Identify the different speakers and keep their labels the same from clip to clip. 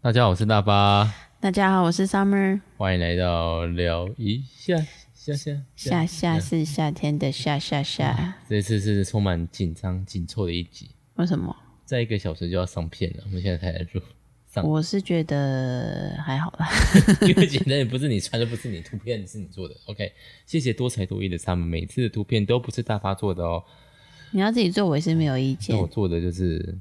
Speaker 1: 大家好，我是大巴，
Speaker 2: 大家好，我是 Summer。
Speaker 1: 欢迎来到聊一下下下
Speaker 2: 夏夏是夏天的夏夏夏，
Speaker 1: 这次是充满紧张紧凑的一集，
Speaker 2: 为什么？
Speaker 1: 在一个小时就要上片了，我们现在才来录，上
Speaker 2: 我是觉得还好啦。
Speaker 1: 因为简单也不是你穿的，不是你图片是你做的。OK，谢谢多才多艺的他们，每次的图片都不是大巴做的哦，
Speaker 2: 你要自己做，我也是没有意
Speaker 1: 那我
Speaker 2: 见。
Speaker 1: 做的就是。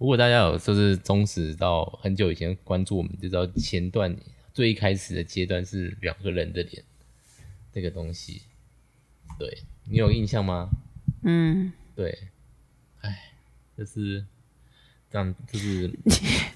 Speaker 1: 如果大家有就是忠实到很久以前关注我们，就知道前段最一开始的阶段是两个人的脸这个东西，对你有印象吗？
Speaker 2: 嗯，
Speaker 1: 对，哎，就是这样，就是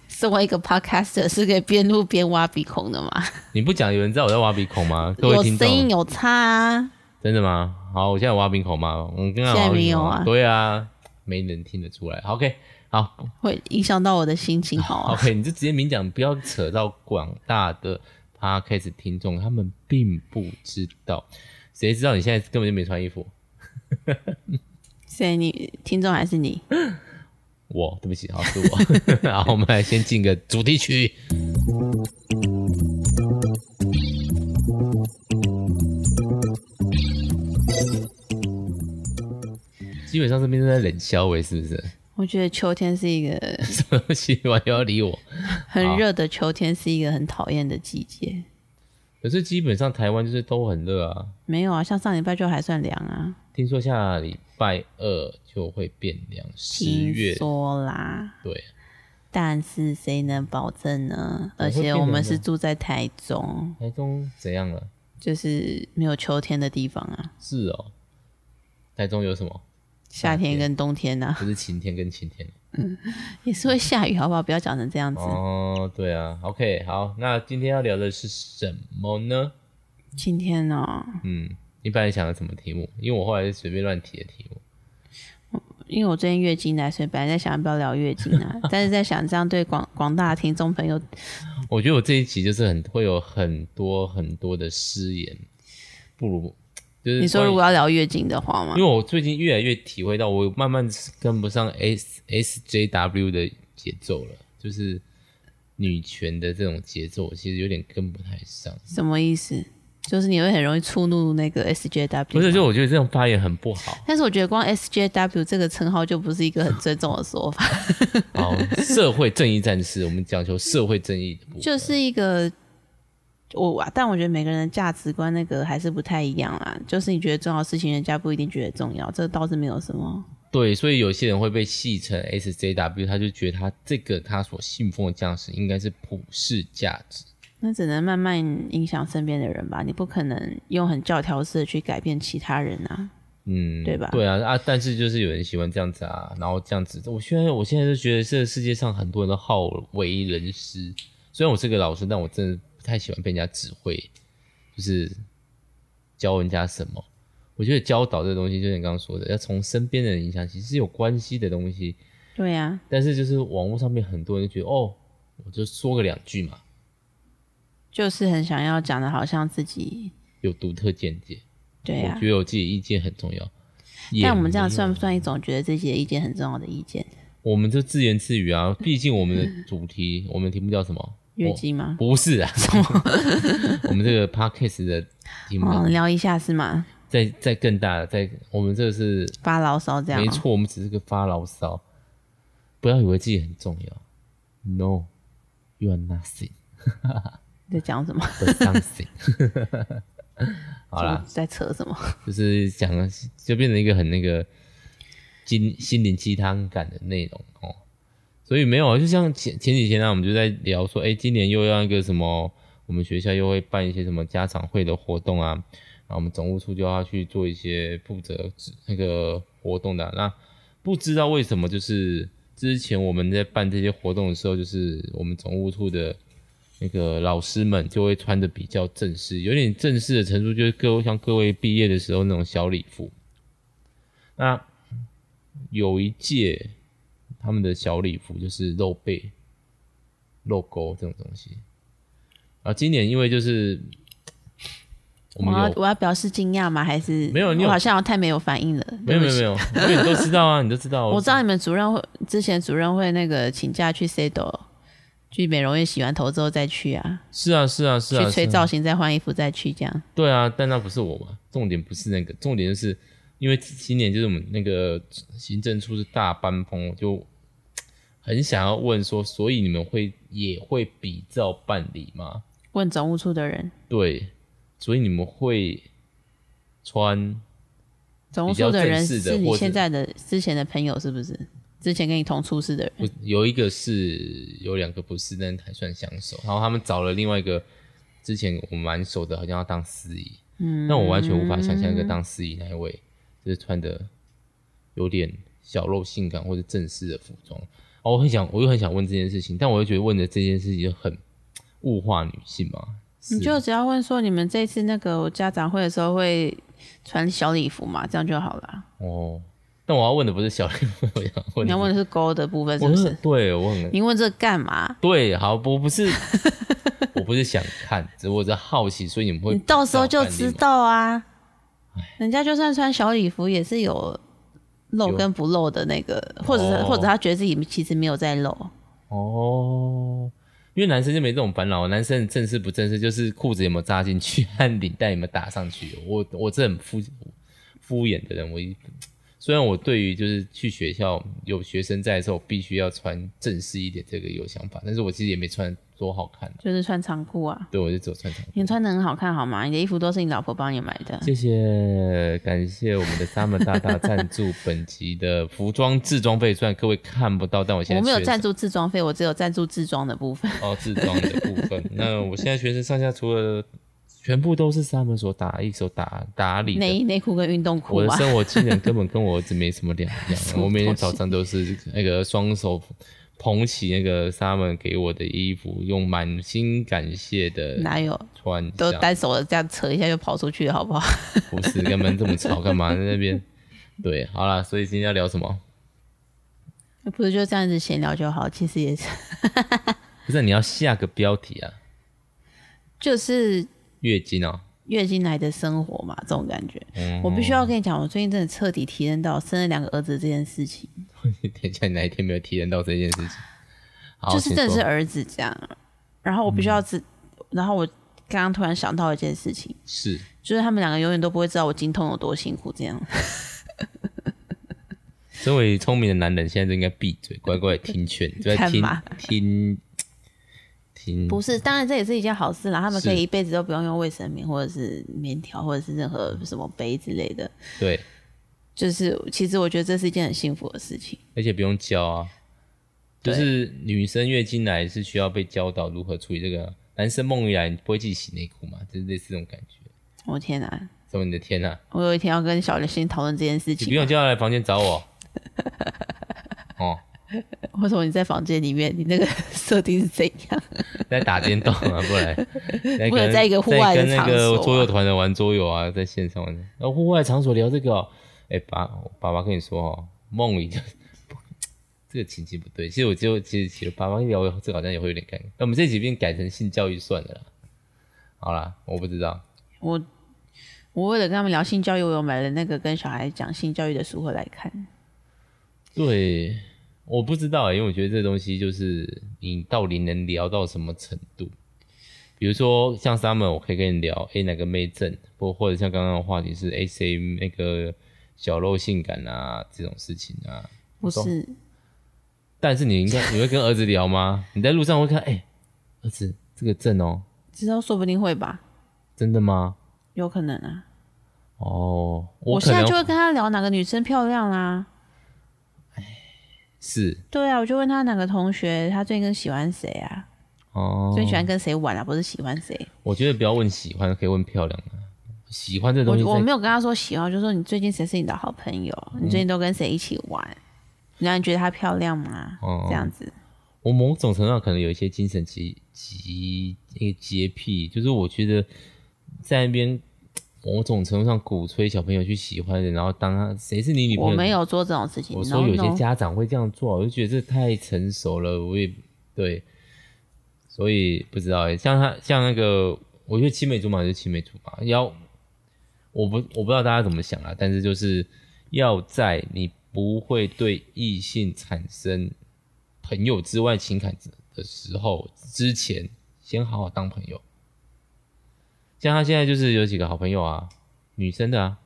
Speaker 2: 身为一个 podcaster 是可以边录边挖鼻孔的嘛？
Speaker 1: 你不讲，有人知道我在挖鼻孔吗？各位
Speaker 2: 有
Speaker 1: 听
Speaker 2: 声音
Speaker 1: 众，
Speaker 2: 有差啊，
Speaker 1: 真的吗？好，我现在有挖鼻孔吗？我刚刚
Speaker 2: 现在
Speaker 1: 挖鼻
Speaker 2: 没有
Speaker 1: 孔
Speaker 2: 啊
Speaker 1: 对啊，没人听得出来。好 OK，好
Speaker 2: 会影响到我的心情，好啊。
Speaker 1: OK，你就直接明讲，不要扯到广大的 Podcast 听众，他们并不知道，谁知道你现在根本就没穿衣服？
Speaker 2: 所以你听众还是你，
Speaker 1: 我，对不起，好是我。 好，我们来先进个主题曲。基本上这边都在冷消微，是不 是？
Speaker 2: 我觉得秋天是一个
Speaker 1: 什么东西完全要理我？
Speaker 2: 很热的秋天，是一个很讨厌的季节。
Speaker 1: 可是基本上台湾就是都很热啊，
Speaker 2: 没有啊，像上礼拜就还算凉啊，
Speaker 1: 听说下礼拜二就会变凉，十
Speaker 2: 听
Speaker 1: 月
Speaker 2: 说啦。
Speaker 1: 对，
Speaker 2: 但是谁能保证呢？
Speaker 1: 怎么会
Speaker 2: 而且我们是住在台中，
Speaker 1: 台中怎样了？
Speaker 2: 就是没有秋天的地方啊，
Speaker 1: 是哦，台中有什么？
Speaker 2: 夏天跟冬天啊，
Speaker 1: 不是晴天跟晴天。
Speaker 2: 也是会下雨，好不好？不要讲成这样子。
Speaker 1: 哦，对啊，OK，好，那今天要聊的是什么呢？
Speaker 2: 今天哦，
Speaker 1: 嗯，你本来想的什么题目？因为我后来是随便乱提的题目。
Speaker 2: 因为我最近月经来，所以本来在想要不要聊月经 啊，但是在想这样对广广大的听众朋友，
Speaker 1: 我觉得我这一集就是很会有很多很多的失言，不如就是
Speaker 2: 你说
Speaker 1: 关于
Speaker 2: 如果要聊月经的话吗
Speaker 1: 因为？我最近越来越体会到，我慢慢跟不上 S S J W 的节奏了，就是女权的这种节奏，我其实有点跟不太上。
Speaker 2: 什么意思？就是你会很容易触怒那个 SJW，
Speaker 1: 不是，
Speaker 2: 吗
Speaker 1: 就我觉得这种发言很不好。
Speaker 2: 但是我觉得光 SJW 这个称号就不是一个很尊重的说法。
Speaker 1: 好，社会正义战士，我们讲求社会正义的部分。
Speaker 2: 就是一个我，但我觉得每个人的价值观那个还是不太一样啦。就是你觉得重要的事情，人家不一定觉得重要，这倒是没有什么。
Speaker 1: 对，所以有些人会被戏称 SJW，他就觉得他这个他所信奉的价值应该是普世价值。
Speaker 2: 那只能慢慢影响身边的人吧，你不可能用很教条式的去改变其他人啊。
Speaker 1: 嗯，
Speaker 2: 对吧
Speaker 1: 对啊啊！但是就是有人喜欢这样子啊，然后这样子，我现在我现在就觉得这个世界上很多人都好为人师。虽然我是个老师，但我真的不太喜欢被人家指挥，就是教人家什么。我觉得教导这个东西，就像你刚刚说的，要从身边的人影响起，是有关系的东西。
Speaker 2: 对啊呀、
Speaker 1: 但是就是网络上面很多人就觉得，哦，我就说个两句嘛，
Speaker 2: 就是很想要讲的，好像自己
Speaker 1: 有独特见解。
Speaker 2: 对呀、
Speaker 1: 我觉得我自己意见很重要。也
Speaker 2: 但我们这样
Speaker 1: 没有
Speaker 2: 算不算一种觉得自己的意见很重要的意见？
Speaker 1: 我们就自言自语啊，毕竟我们的主题，我们的题目叫什么？
Speaker 2: 月经吗？
Speaker 1: 不是 啊，什么？ 我们这个 podcast 的题目
Speaker 2: 哦，聊一下是吗？
Speaker 1: 在在更大的，在我们这个是
Speaker 2: 发牢骚这样哦、
Speaker 1: 没错，我们只是个发牢骚，不要以为自己很重要。No，you are nothing
Speaker 2: 在讲什么？
Speaker 1: but something 。 好啦，
Speaker 2: 在扯什么？
Speaker 1: 就是讲了就变成一个很那个心心灵鸡汤感的内容哦。所以没有，啊，就像前前几天啊呢、我们就在聊说，哎、今年又要一个什么，我们学校又会办一些什么家长会的活动啊，然后我们总务处就要去做一些负责那个活动的啊、那不知道为什么，就是之前我们在办这些活动的时候，就是我们总务处的那个老师们就会穿的比较正式，有点正式的程度，就是各位像各位毕业的时候那种小礼服。那有一届他们的小礼服就是露背、露沟这种东西。啊，今年因为就是我们
Speaker 2: 我要
Speaker 1: 有
Speaker 2: 我要表示惊讶吗？还是
Speaker 1: 没有你有
Speaker 2: 我好像太没有反应了。
Speaker 1: 没有没
Speaker 2: 对不
Speaker 1: 有
Speaker 2: 起
Speaker 1: 没有，因为你 都知道啊，你都知道。
Speaker 2: 我知道你们主任会之前主任会那个请假去 C 斗，去美容院洗完头之后再去啊，
Speaker 1: 是啊，是啊，是啊，
Speaker 2: 去吹
Speaker 1: 是啊
Speaker 2: 造型再换衣服再去这样。
Speaker 1: 对啊，但那不是我嘛，重点不是那个，重点就是因为今年就是我们那个行政处是大班风，我就很想要问说，所以你们会也会比照办理吗？
Speaker 2: 问总务处的人，
Speaker 1: 对，所以你们会穿
Speaker 2: 总务
Speaker 1: 比较
Speaker 2: 处的人
Speaker 1: 正式的
Speaker 2: 是你
Speaker 1: 或者
Speaker 2: 现在的之前的朋友是不是？之前跟你同处室的人，
Speaker 1: 不有一个是有两个不是，但还算相熟。然后他们找了另外一个之前我们蛮熟的，好像要当司仪，嗯，那我完全无法想象一个当司仪那一位，就是穿的有点小露性感或者正式的服装。哦，我很想，我又很想问这件事情，但我又觉得问的这件事情就很物化女性嘛。
Speaker 2: 你就只要问说你们这次那个家长会的时候会穿小礼服嘛，这样就好了。
Speaker 1: 哦，但我要问的不是小礼服，我想问
Speaker 2: 你
Speaker 1: 的
Speaker 2: 要问
Speaker 1: 是，
Speaker 2: 的是勾的部分是
Speaker 1: 我
Speaker 2: 不
Speaker 1: 是
Speaker 2: 是？
Speaker 1: 对我很
Speaker 2: 你问这干嘛？
Speaker 1: 对，好，我不是，我不是想看，只我是好奇，所以你们会
Speaker 2: 你到时候就
Speaker 1: 比较办理
Speaker 2: 知
Speaker 1: 吗
Speaker 2: 道啊。人家就算穿小礼服也是有露
Speaker 1: 哎有
Speaker 2: 跟不露的那个，或者是
Speaker 1: 哦
Speaker 2: 或者他觉得自己其实没有在露。
Speaker 1: 哦。因为男生就没这种烦恼，啊男生正式不正式就是裤子有没有扎进去， 和领带有没有打上去。我我这很敷敷衍的人，我一虽然我对于就是去学校有学生在的时候，必须要穿正式一点，这个有想法，但是我其实也没穿多好看、啊，
Speaker 2: 就是穿长裤啊，
Speaker 1: 对我就只有穿长裤。
Speaker 2: 你穿的很好看好吗？你的衣服都是你老婆帮你买的，
Speaker 1: 谢谢，感谢我们的 Summer 大大赞助本集的服装自装费，虽然各位看不到，但我现在
Speaker 2: 我没有
Speaker 1: 缺
Speaker 2: 赞助自装费，我只有赞助自装的部分。
Speaker 1: 哦自装的部分。 那我现在全身上下除了全部都是 Summer 所打一手打打理的。
Speaker 2: 内衣、内裤跟运动裤
Speaker 1: 我的
Speaker 2: 啊，
Speaker 1: 生活技能根本跟我儿子没什么两
Speaker 2: 什
Speaker 1: 样，啊
Speaker 2: 么
Speaker 1: 我每天
Speaker 2: 东西
Speaker 1: 早上都是那个双手捧起那个 Summer 给我的衣服，用满心感谢的
Speaker 2: 哪有
Speaker 1: 穿
Speaker 2: 都
Speaker 1: 上
Speaker 2: 单手的这样扯一下就跑出去了，好 不好？
Speaker 1: 不是，干嘛这么吵？干嘛在那边？对，好啦，所以今天要聊什么？
Speaker 2: 不是就这样子闲聊就好，其实也是，
Speaker 1: 不是你要下个标题啊？
Speaker 2: 就是
Speaker 1: 月经哦，
Speaker 2: 月经来的生活嘛，这种感觉。
Speaker 1: 嗯
Speaker 2: 我必须要跟你讲，我最近真的彻底体验到生了两个儿子这件事情，
Speaker 1: 等一下你哪一天没有体验到这件事情？好
Speaker 2: 就是
Speaker 1: 请
Speaker 2: 真的
Speaker 1: 说
Speaker 2: 是儿子这样。啊然后我必须要知，然后我刚刚突然想到一件事情，
Speaker 1: 是
Speaker 2: 就是他们两个永远都不会知道我经痛有多辛 苦，这样。
Speaker 1: 身为聪明的男人，现在就应该闭嘴，乖乖地听 劝，就在
Speaker 2: 干
Speaker 1: 听
Speaker 2: 嘛
Speaker 1: 听听。
Speaker 2: 不是，当然这也是一件好事啦，他们可
Speaker 1: 是
Speaker 2: 以一辈子都不用用卫生棉或者是棉条或者是任何什么杯之类的。
Speaker 1: 对，
Speaker 2: 就是其实我觉得这是一件很幸福的事情。
Speaker 1: 而且不用教啊，就
Speaker 2: 对
Speaker 1: 是女生月经来是需要被教导如何处理这个啊。男生梦一来，你不会自己洗内裤嘛？就是类似这种感觉。
Speaker 2: 我天哪！
Speaker 1: 什么？你的天 啊！
Speaker 2: 我有一天要跟小刘星讨论这件事
Speaker 1: 你
Speaker 2: 情
Speaker 1: 不。用叫他来房间找我。哦，
Speaker 2: 为什么你在房间里面，你那个 设定是怎样？
Speaker 1: 在打电动啊， 不然在
Speaker 2: 不能
Speaker 1: 跟
Speaker 2: 在一个户外的
Speaker 1: 在跟那个
Speaker 2: 场所啊
Speaker 1: 桌游团的玩桌游啊，在线上玩。然后户外场所聊这个、哦，哎、爸，爸爸跟你说哦，梦里就 这个情境不对。其实我就其实其实爸爸一聊这个好像也会有点尴尬。那我们这几遍改成性教育算了啦。好啦，我不知道，
Speaker 2: 我我为了跟他们聊性教育，我有买了那个跟小孩讲性教育的书回来看。
Speaker 1: 对，我不知道、欸，因为我觉得这东西就是你到底能聊到什么程度。比如说像 Summer，我可以跟你聊，诶、哪个妹正，或或者像刚刚的话题是，诶、哎谁那个小肉性感啊这种事情啊。
Speaker 2: 不
Speaker 1: 懂
Speaker 2: 是，
Speaker 1: 但是你应该你会跟儿子聊吗？你在路上会看，诶、儿子这个正哦，
Speaker 2: 知道说不定会吧，
Speaker 1: 真的吗？
Speaker 2: 有可能啊。
Speaker 1: 哦，
Speaker 2: 我
Speaker 1: 可
Speaker 2: 现在
Speaker 1: 能
Speaker 2: 就会跟他聊哪个女生漂亮啦、啊
Speaker 1: 是
Speaker 2: 对啊，我就问他哪个同学，他最近喜欢谁啊？
Speaker 1: 哦，
Speaker 2: 最近喜欢跟谁玩啊？不是喜欢谁？
Speaker 1: 我觉得不要问喜欢，可以问漂亮啊。喜欢这
Speaker 2: 我
Speaker 1: 东西
Speaker 2: 我
Speaker 1: 在
Speaker 2: 没有跟他说喜欢，我就说你最近谁是你的好朋友？你
Speaker 1: 嗯
Speaker 2: 最近都跟谁一起玩？然后你觉得她漂亮吗？
Speaker 1: 哦
Speaker 2: 这样子，
Speaker 1: 我某种程度上可能有一些精神疾疾那个洁癖，就是我觉得在那边某种程度上鼓吹小朋友去喜欢人，然后当他谁是你女朋
Speaker 2: 我
Speaker 1: 友，
Speaker 2: 没有做这种事情。
Speaker 1: 我
Speaker 2: no,
Speaker 1: 说有
Speaker 2: no
Speaker 1: 些家长会这样做，我就觉得这太成熟了，我也对，所以不知道欸像他像那个，我觉得青梅竹马就是青梅竹马，要我不我不知道大家怎么想啊，但是就是要在你不会对异性产生朋友之外情感的时候之前，先好好当朋友。像他现在就是有几个好朋友啊，女生的啊，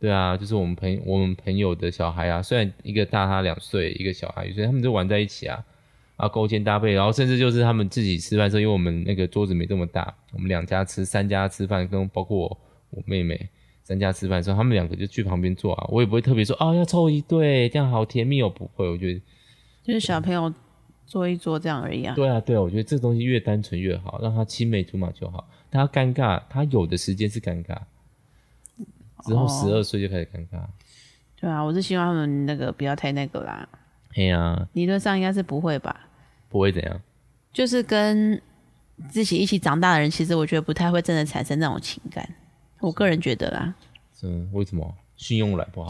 Speaker 1: 对啊，就是我们朋我们朋友的小孩啊，虽然一个大他两岁，一个小孩一岁，他们就玩在一起啊，啊勾肩搭背，然后甚至就是他们自己吃饭的时候，因为我们那个桌子没这么大，我们两家吃三家吃饭，跟包括我我妹妹三家吃饭的时候，他们两个就去旁边坐啊，我也不会特别说啊要凑一对，这样好甜蜜哦，不会，我觉得
Speaker 2: 就是小朋友做一做这样而已啊。
Speaker 1: 对啊对啊，我觉得这东西越单纯越好，让他青梅竹马就好，他尴尬，他有的时间是尴尬，之后
Speaker 2: 哦
Speaker 1: 十二岁就开始尴尬。
Speaker 2: 对啊，我是希望他们那个不要太那个啦。
Speaker 1: 嘿呀、
Speaker 2: 理论上应该是不会吧？
Speaker 1: 不会怎样。
Speaker 2: 就是跟自己一起长大的人，其实我觉得不太会真的产生那种情感。我个人觉得啦，
Speaker 1: 嗯，为什么信用软不好？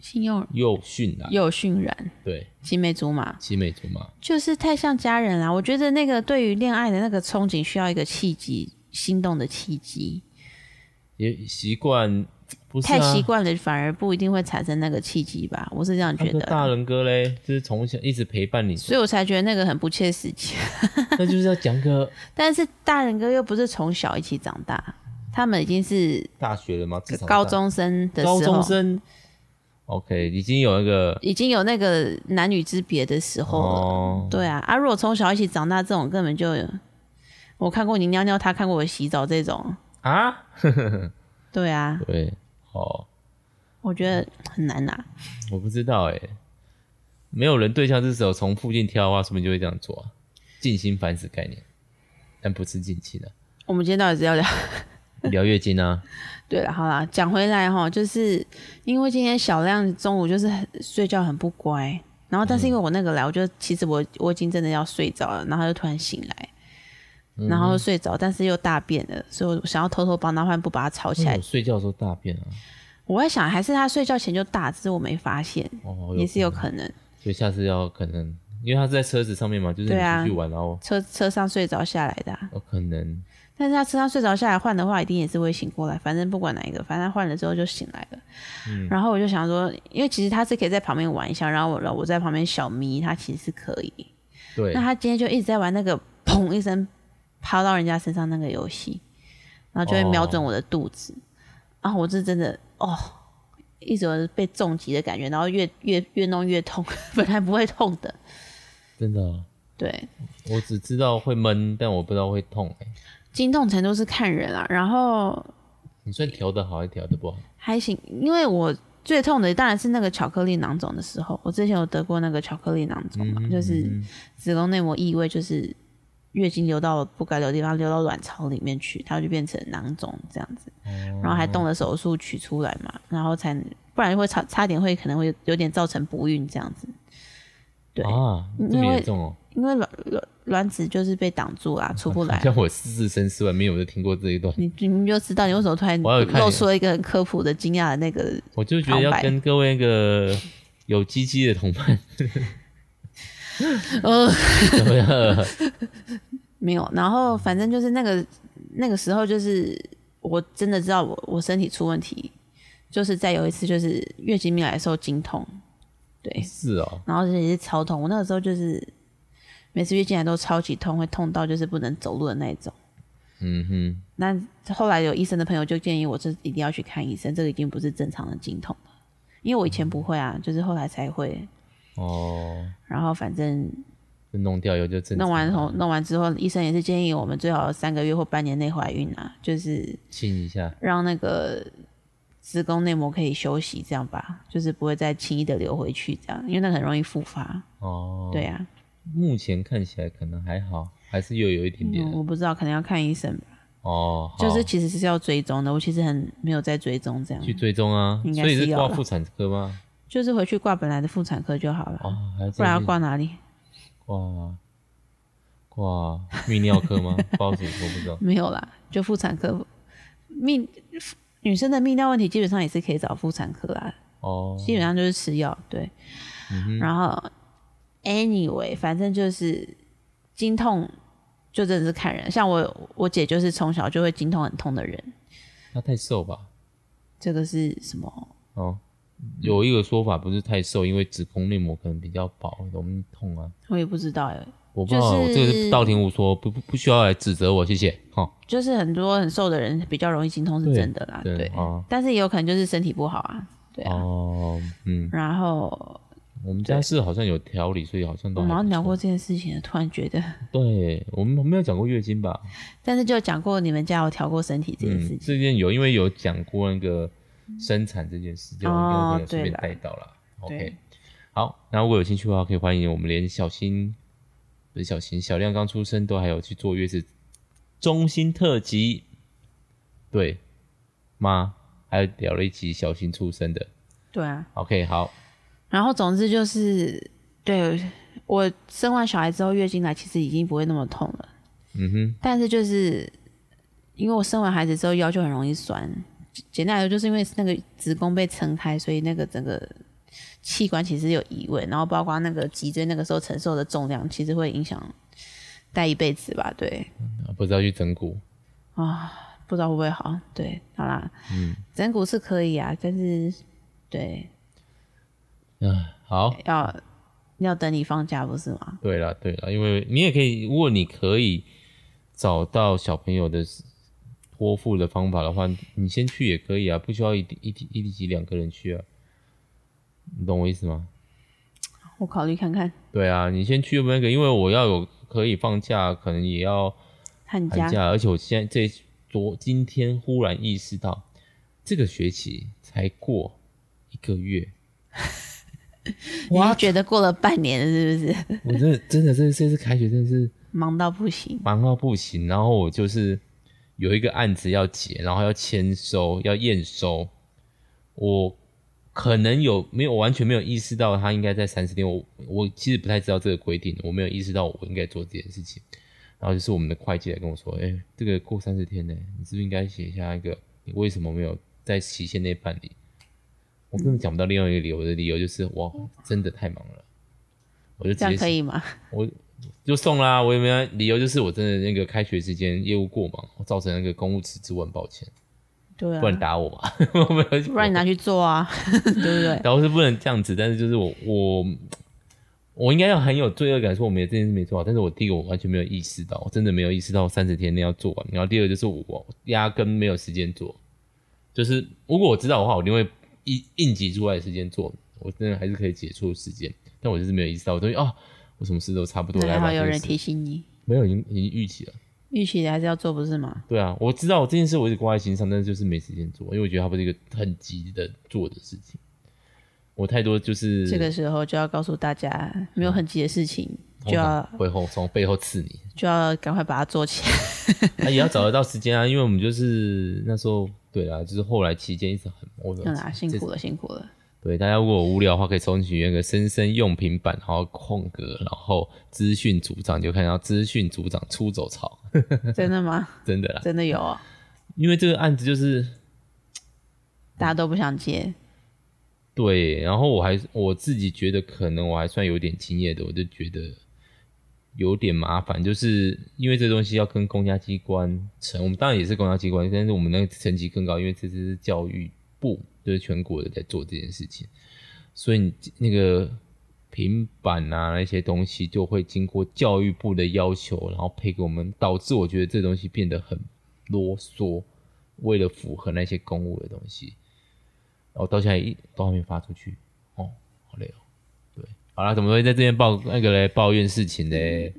Speaker 2: 信用
Speaker 1: 又训啊，
Speaker 2: 又渲染，
Speaker 1: 对，
Speaker 2: 青梅竹马，
Speaker 1: 青梅竹马，
Speaker 2: 就是太像家人啦。我觉得那个对于恋爱的那个憧憬，需要一个契机，心动的契机。
Speaker 1: 也习惯不是、啊、
Speaker 2: 太习惯了，反而不一定会产生那个契机吧。我是这样
Speaker 1: 那
Speaker 2: 觉
Speaker 1: 个
Speaker 2: 得
Speaker 1: 大
Speaker 2: 啦，
Speaker 1: 人哥嘞，就是从小一直陪伴你，
Speaker 2: 所以我才觉得那个很不切实际。
Speaker 1: 那就是要讲个
Speaker 2: 但是大人哥又不是从小一起长大，他们已经是
Speaker 1: 大学 了吗？至少
Speaker 2: 高中生
Speaker 1: 大
Speaker 2: 的时候，
Speaker 1: 高中生，OK，已经有那个
Speaker 2: 已经有那个男女之别的时候了。
Speaker 1: 哦，
Speaker 2: 对啊，啊，如果从小一起长大，这种根本就我看过你尿尿，他看过我洗澡这种。
Speaker 1: 啊，
Speaker 2: 对啊，
Speaker 1: 对，哦，
Speaker 2: 我觉得很难啊拿。
Speaker 1: 我不知道哎，没有人对象这时候从附近挑的话，说不定就会这样做啊，近亲繁殖概念，但不是近亲的、
Speaker 2: 我们今天到底是要聊？
Speaker 1: 聊月经啊，
Speaker 2: 对了，好啦，讲回来哈，就是因为今天小亮中午就是很睡觉很不乖，然后但
Speaker 1: 嗯
Speaker 2: 是因为我那个来，我就其实我我已经真的要睡着了，然后他就突然醒来，然
Speaker 1: 嗯
Speaker 2: 后睡着，但是又大便了，所以我想要偷偷帮他换，不把他吵起
Speaker 1: 为
Speaker 2: 来
Speaker 1: 什么。哦睡觉的时候大便啊，
Speaker 2: 我在想，还是他睡觉前就大，只是我没发现，
Speaker 1: 哦，
Speaker 2: 也是
Speaker 1: 有
Speaker 2: 有可能。
Speaker 1: 所以下次要可能，因为他是在车子上面嘛，就是
Speaker 2: 对啊
Speaker 1: 你出去玩，然后
Speaker 2: 车车上睡着下来的啊、
Speaker 1: 有可能
Speaker 2: 但是他车上睡着下来换的话，一定也是会醒过来。反正不管哪一个，反正他换了之后就醒来了。然后我就想说，因为其实他是可以在旁边玩一下，然后我我在旁边小眯，他其实是可以。
Speaker 1: 对
Speaker 2: 那，他今天就一直在玩那个砰一声抛到人家身上那个游戏，然后就会瞄准我的肚子，然后我是真的哦，一直有被重击的感觉，然后越越越弄越痛， 本来不会痛的，
Speaker 1: 真的哦，
Speaker 2: 对。
Speaker 1: 我只知道会闷，但我不知道会痛、欸。
Speaker 2: 惊动程度是看人啊，然后
Speaker 1: 你算调的好还是调的不好？
Speaker 2: 还行，因为我最痛的当然是那个巧克力囊肿的时候，我之前有得过那个巧克力囊肿
Speaker 1: 嗯
Speaker 2: 嘛，嗯就是子宫内膜异位，就是月经流到不该流的地方，流到卵巢里面去，它就变成囊肿这样子，
Speaker 1: 哦
Speaker 2: 然后还动了手术取出来嘛，然后才不然会差差点会可能会有点造成不孕这样子，对
Speaker 1: 啊，这么
Speaker 2: 因为
Speaker 1: 严重哦、
Speaker 2: 因为卵卵卵子就是被挡住啦，出 不来。
Speaker 1: 像我置身事外，没有人听过这一段，
Speaker 2: 你你们就知道你为什么突然
Speaker 1: 我有看
Speaker 2: 露出了一个很科普的惊讶的那个
Speaker 1: 我就觉得要
Speaker 2: 旁白
Speaker 1: 跟各位那个有鸡鸡的同伴，
Speaker 2: 呃，
Speaker 1: 怎么样？
Speaker 2: 没有。然后反正就是那个那个时候，就是我真的知道我我身体出问题，就是在有一次就是月经没来的时候经痛，对，
Speaker 1: 是哦，
Speaker 2: 然后也是超痛。我那个时候就是每次月经来都超级痛，会痛到就是不能走路的那一种。
Speaker 1: 嗯哼，
Speaker 2: 那后来有医生的朋友就建议我，这一定要去看医生，这个已经不是正常的经痛了，因为我以前不会啊，就是后来才会。
Speaker 1: 哦，
Speaker 2: 然后反正
Speaker 1: 就弄掉以后就正常
Speaker 2: 弄完后，弄完之后，医生也是建议我们最好三个月或半年内怀孕啊，就是
Speaker 1: 亲一下，
Speaker 2: 让那个子宫内膜可以休息，这样吧，就是不会再轻易的流回去，这样，因为那个很容易复发。
Speaker 1: 哦，
Speaker 2: 对，啊，
Speaker 1: 目前看起来可能还好，还是又有一点点
Speaker 2: 嗯，我不知道，可能要看医生吧。
Speaker 1: 哦，好
Speaker 2: 就是其实是要追踪的，我其实很没有在追踪这样，
Speaker 1: 去追踪啊，
Speaker 2: 嗯应该
Speaker 1: 所以
Speaker 2: 是
Speaker 1: 是
Speaker 2: 有
Speaker 1: 挂
Speaker 2: 了
Speaker 1: 妇产科 吗？
Speaker 2: 就是回去挂本来的妇产科就好了，
Speaker 1: 哦，还是
Speaker 2: 不然要挂哪里？
Speaker 1: 挂挂泌尿科吗？ 不好意思，我不知道。
Speaker 2: 没有啦，就妇产科泌女生的泌尿问题基本上也是可以找妇产科啦，
Speaker 1: 哦，
Speaker 2: 基本上就是吃药，对。
Speaker 1: 嗯
Speaker 2: 然后，anyway，反正就是经痛，就真的是看人。像我，我姐就是从小就会经痛很痛的人，
Speaker 1: 他太瘦吧？
Speaker 2: 这个是什么？
Speaker 1: 哦，
Speaker 2: 嗯
Speaker 1: 有一个说法不是太瘦，因为子宫内膜可能比较薄，容易痛啊。
Speaker 2: 我也不知道哎、
Speaker 1: 我不知道，
Speaker 2: 就是
Speaker 1: 我这个是道听途说，不不不需要来指责我，谢谢。哦哈，
Speaker 2: 就是很多很瘦的人比较容易经痛是
Speaker 1: 对
Speaker 2: 真的啦，对，
Speaker 1: 啊，
Speaker 2: 但是也有可能就是身体不好啊，对啊。
Speaker 1: 哦，嗯，
Speaker 2: 然后
Speaker 1: 我们家是好像有调理，所以好像都
Speaker 2: 我
Speaker 1: 还
Speaker 2: 们
Speaker 1: 不
Speaker 2: 好像聊
Speaker 1: 错。
Speaker 2: 过这件事情，突然觉得，
Speaker 1: 对，我们没有讲过月经吧？
Speaker 2: 但是就讲过你们家有调过身体这件事
Speaker 1: 嗯，
Speaker 2: 情，
Speaker 1: 这件有，因为有讲过那个生产这件事，就我跟我朋友顺
Speaker 2: 哦对
Speaker 1: 便
Speaker 2: 啦
Speaker 1: 带到了。OK，
Speaker 2: 对
Speaker 1: 好，那如果有兴趣的话，可以欢迎我们连小新，不是小新，小亮刚出生都还有去做月子中心特辑，对吗？还有聊了一集小新出生的。
Speaker 2: 对啊。
Speaker 1: OK，好，
Speaker 2: 然后总之就是，对我生完小孩之后月经来其实已经不会那么痛了，
Speaker 1: 嗯哼，
Speaker 2: 但是就是因为我生完孩子之后腰就很容易酸，简简单来说就是因为那个子宫被撑开，所以那个整个器官其实有移位，然后包括那个脊椎那个时候承受的重量，其实会影响带一辈子吧，对
Speaker 1: 啊不知道去整骨，
Speaker 2: 啊，不知道会不会好，对，好啦，嗯，整骨是可以啊，但是对
Speaker 1: 啊，好。
Speaker 2: 要要等你放假不是吗？
Speaker 1: 对了，对了，因为你也可以，如果你可以找到小朋友的托付的方法的话，你先去也可以啊，不需要一一一一级两个人去啊，你懂我意思吗？
Speaker 2: 我考虑看看，
Speaker 1: 对啊，你先去那个，因为我要有可以放假，可能也要
Speaker 2: 寒假
Speaker 1: 寒假，而且我现在这昨今天忽然意识到，这个学期才过一个 月，
Speaker 2: 你是
Speaker 1: 哇，
Speaker 2: 觉得过了半年是不是
Speaker 1: 我真的真的这这次开学真的是。
Speaker 2: 忙到不行？
Speaker 1: 忙到不行，然后我就是有一个案子要结，然后要签收，要验收，我可能有没有我完全没有意识到他应该在三十天，我我其实不太知道这个规定，我没有意识到我应该做这件事情，然后就是我们的会计来跟我说，哎、这个过三十天呢，你是不是应该写一下一个你为什么没有在期限内办理？我根本讲不到另外一个理由，我的理由就是我真的太忙了，我就直
Speaker 2: 这
Speaker 1: 接
Speaker 2: 样
Speaker 1: 写
Speaker 2: 可以吗？
Speaker 1: 就送啦、我也没有理由，就是我真的那个开学之间业务过忙，造成那个公务辞职，我很抱歉，
Speaker 2: 对啊，
Speaker 1: 不然打我吧， 我没有，
Speaker 2: 不然你拿去做啊， 对不对？
Speaker 1: 然后是不能这样子，但是就是我我我应该要很有罪恶感，说我没有这件事没做好，但是我第一个我完全没有意识到，我真的没有意识到三十天内要做完，然后第二个就是我压根没有时间做，就是如果我知道的话，我一定会应应急出来的时间做，我真的还是可以解出时间，但我就是没有意识到，我东西啊，我什么事都差不多，来
Speaker 2: 还
Speaker 1: 吧，
Speaker 2: 好有
Speaker 1: 这个
Speaker 2: 人
Speaker 1: 事
Speaker 2: 提醒你，
Speaker 1: 没有已经已经预期了。
Speaker 2: 预期的还是要做，不是吗？
Speaker 1: 对啊，我知道我这件事我一直挂在心上，但是就是没时间做，因为我觉得它不是一个很急的做的事情。我太多就是
Speaker 2: 这个时候就要告诉大家，没有很急的事情，就
Speaker 1: 通常
Speaker 2: 要
Speaker 1: 会后从背后刺你，
Speaker 2: 就要赶快把它做起来。
Speaker 1: 那、也要找得到时间啊，因为我们就是那时候对啦，就是后来期间一直很 我
Speaker 2: 嗯啊， 辛
Speaker 1: 这
Speaker 2: 苦了，辛苦 了。
Speaker 1: 对大家如果无聊的话，可以搜取那个“生生用品版”，然后空格，然后资讯组长，你就看到资讯组长出走潮，
Speaker 2: 真的吗？
Speaker 1: 真的啦，
Speaker 2: 真的有哦，
Speaker 1: 嗯因为这个案子就是
Speaker 2: 大家都不想接，
Speaker 1: 对，然后我还我自己觉得可能我还算有点经验的，我就觉得有点麻烦，就是因为这东西要跟公家机关层，我们当然也是公家机关，但是我们那个层级更高，因为这次是教育部，就是全国的在做这件事情，所以你那个平板啊那些东西就会经过教育部的要求，然后配给我们，导致我觉得这东西变得很啰嗦，为了符合那些公务的东西。然后到现在一都还没发出去，哦，好累哦。对，好啦，怎么会在这边抱那个嘞抱怨事情嘞？